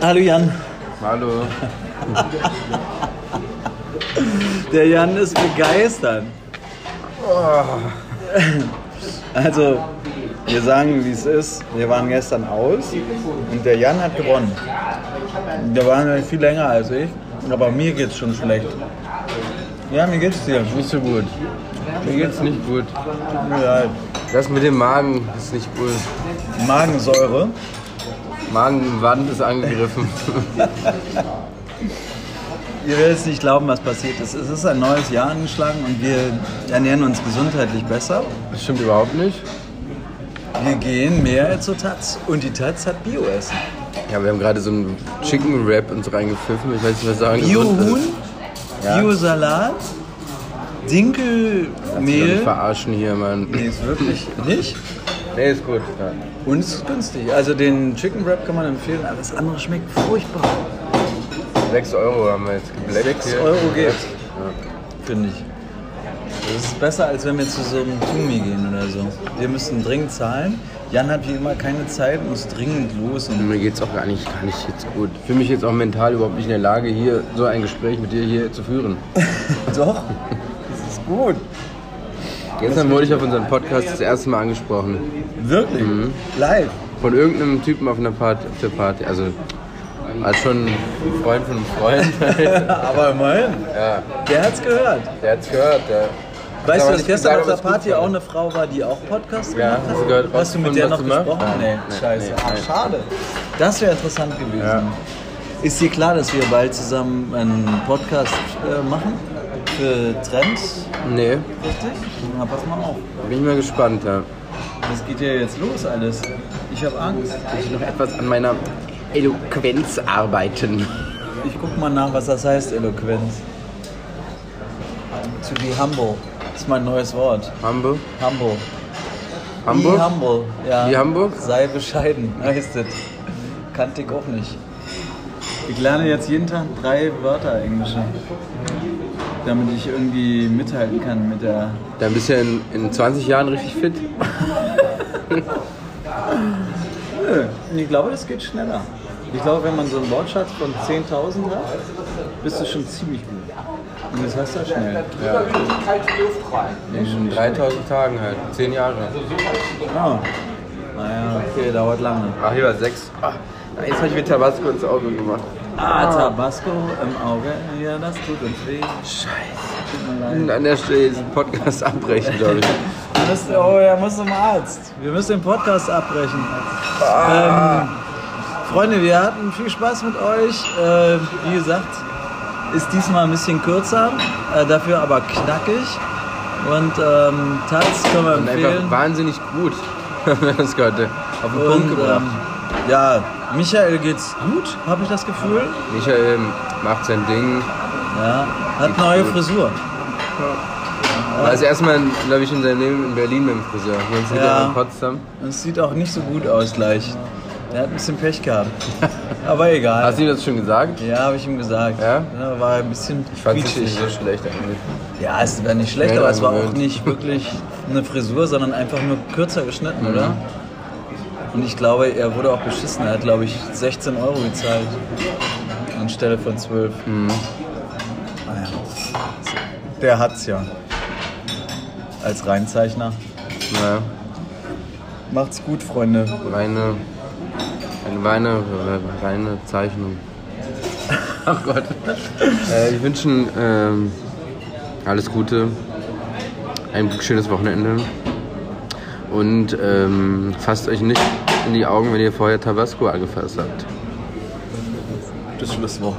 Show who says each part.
Speaker 1: Hallo Jan.
Speaker 2: Hallo.
Speaker 1: Der Jan ist begeistert. Oh. Also, wir sagen, wie es ist. Wir waren gestern aus und der Jan hat gewonnen. Der war natürlich viel länger als ich, aber mir geht's schon schlecht. Ja, mir geht's dir.
Speaker 2: Nicht so gut. Mir geht's nicht gut.
Speaker 1: Tut mir leid.
Speaker 2: Das mit dem Magen ist nicht cool.
Speaker 1: Magensäure.
Speaker 2: Magenwand ist angegriffen.
Speaker 1: Ihr werdet es nicht glauben, was passiert ist. Es ist ein neues Jahr angeschlagen und wir ernähren uns gesundheitlich besser.
Speaker 2: Das stimmt überhaupt nicht.
Speaker 1: Wir gehen mehr zur Taz und die Taz hat Bio-Essen.
Speaker 2: Ja, wir haben gerade so einen Chicken Wrap uns reingepfiffen. Ich weiß nicht, was sagen
Speaker 1: Bio-Huhn,
Speaker 2: äh, Ja.
Speaker 1: Bio-Salat,
Speaker 2: Nee.
Speaker 1: Dinkelmehl.
Speaker 2: verarschen hier, Mann.
Speaker 1: Nee, ist wirklich nicht.
Speaker 2: Nee, ist gut. Ja.
Speaker 1: Und es ist günstig. Also den Chicken Wrap kann man empfehlen, aber das andere schmeckt furchtbar.
Speaker 2: 6 Euro haben wir jetzt gebleckt.
Speaker 1: 6
Speaker 2: hier.
Speaker 1: Euro geht, finde ich. Das ist besser, als wenn wir zu so einem Tumi gehen oder so. Wir müssen dringend zahlen. Jan hat wie immer keine Zeit, muss dringend los. Und
Speaker 2: Mir geht's auch gar nicht, gar nicht jetzt gut. Ich fühle mich jetzt auch mental überhaupt nicht in der Lage, hier so ein Gespräch mit dir hier zu führen.
Speaker 1: Doch, das ist gut.
Speaker 2: Gestern wurde ich auf unseren Podcast das erste Mal angesprochen.
Speaker 1: Wirklich,
Speaker 2: Mhm.
Speaker 1: live.
Speaker 2: Von irgendeinem Typen auf einer Party, auf der Party. Also, als schon ein Freund von einem Freund.
Speaker 1: Aber immerhin,
Speaker 2: ja,
Speaker 1: der hat's gehört.
Speaker 2: der hat's gehört. Der
Speaker 1: Weißt du,
Speaker 2: aber
Speaker 1: dass
Speaker 2: nicht
Speaker 1: gestern
Speaker 2: gesagt,
Speaker 1: auf der
Speaker 2: ob das gut
Speaker 1: Party
Speaker 2: war.
Speaker 1: auch eine Frau war, die auch Podcast
Speaker 2: Ja,
Speaker 1: gemacht hat?
Speaker 2: hast du gehört,
Speaker 1: Hast du
Speaker 2: von
Speaker 1: mit der
Speaker 2: was
Speaker 1: noch
Speaker 2: du machst?
Speaker 1: gesprochen? Nee,
Speaker 2: Nein, nee,
Speaker 1: scheiße.
Speaker 2: nee,
Speaker 1: ah,
Speaker 2: nee.
Speaker 1: schade. Das wäre interessant gewesen.
Speaker 2: Ja.
Speaker 1: Ist dir klar, dass wir bald zusammen einen Podcast äh, machen? Für Trends,
Speaker 2: nee,
Speaker 1: richtig? Na, pass mal auf.
Speaker 2: bin ich mal gespannt. Ja.
Speaker 1: Das geht ja jetzt los alles. Ich habe Angst.
Speaker 2: Ich noch etwas an meiner Eloquenz arbeiten.
Speaker 1: Ich guck mal nach, was das heißt, Eloquenz. To be humble. Das ist mein neues Wort.
Speaker 2: Hamburg?
Speaker 1: Humble. Be
Speaker 2: Hamburg?
Speaker 1: humble. Ja.
Speaker 2: Wie Hamburg?
Speaker 1: Sei bescheiden, heißt es. Kannte ich auch nicht. Ich lerne jetzt jeden Tag drei Wörter Englische, damit ich irgendwie mithalten kann mit der...
Speaker 2: Dann bist du ja in, in 20 Jahren richtig fit.
Speaker 1: Nö, ich glaube, das geht schneller. Ich glaube, wenn man so einen Wortschatz von 10.000 hat, bist du schon ziemlich gut. Und das heißt ja schnell.
Speaker 2: In 3000 Tagen halt. 10 Jahre.
Speaker 1: Genau. Naja, okay, dauert lange.
Speaker 2: Ach, hier war 6. Ah, jetzt habe ich mit Tabasco ins Auge gemacht.
Speaker 1: Ah, Tabasco im Auge, ja, das tut uns weh.
Speaker 2: Scheiße.
Speaker 1: Tut mir leid.
Speaker 2: Hm, An der Stelle diesen Podcast abbrechen, glaube ich.
Speaker 1: Wir müssen, oh, er muss zum Arzt. Wir müssen den Podcast abbrechen.
Speaker 2: Ah.
Speaker 1: Ähm, Freunde, wir hatten viel Spaß mit euch. Äh, wie gesagt, ist diesmal ein bisschen kürzer, äh, dafür aber knackig. Und ähm, Taz können wir
Speaker 2: Und
Speaker 1: empfehlen.
Speaker 2: einfach wahnsinnig gut. das heute auf den Punkt
Speaker 1: Und,
Speaker 2: gebracht.
Speaker 1: ähm, ja, Michael geht's gut, habe ich das Gefühl.
Speaker 2: Michael macht sein Ding.
Speaker 1: Ja, hat
Speaker 2: Geht's
Speaker 1: neue
Speaker 2: gut.
Speaker 1: Frisur.
Speaker 2: War das erste Mal, glaube Also ich, in seinem Leben in Berlin mit dem Friseur. Sonst wieder
Speaker 1: Ja.
Speaker 2: in Potsdam.
Speaker 1: Es sieht auch nicht so gut aus gleich. Er hat ein bisschen Pech gehabt. Aber egal.
Speaker 2: Hast du ihm das schon gesagt?
Speaker 1: Ja, habe ich ihm gesagt.
Speaker 2: Ja?
Speaker 1: war ein bisschen
Speaker 2: Ich fand es
Speaker 1: quietschig.
Speaker 2: nicht so schlecht eigentlich.
Speaker 1: Ja, es war nicht schlecht,
Speaker 2: Ja,
Speaker 1: aber es war auch
Speaker 2: gewöhnt.
Speaker 1: nicht wirklich eine Frisur, sondern einfach nur kürzer geschnitten,
Speaker 2: Mhm.
Speaker 1: oder? Und ich glaube, er wurde auch beschissen. Er hat, glaube ich, 16 Euro gezahlt. Anstelle von 12.
Speaker 2: Mhm.
Speaker 1: Naja. Der hat's ja. Als Reinzeichner.
Speaker 2: Naja,
Speaker 1: Macht's gut, Freunde.
Speaker 2: reine. Eine reine, reine Zeichnung. Ach Gott. Äh, ich wünsche ähm, alles Gute, ein schönes Wochenende und ähm, fasst euch nicht in die Augen, wenn ihr vorher Tabasco angefasst habt.
Speaker 1: Das Schlusswort.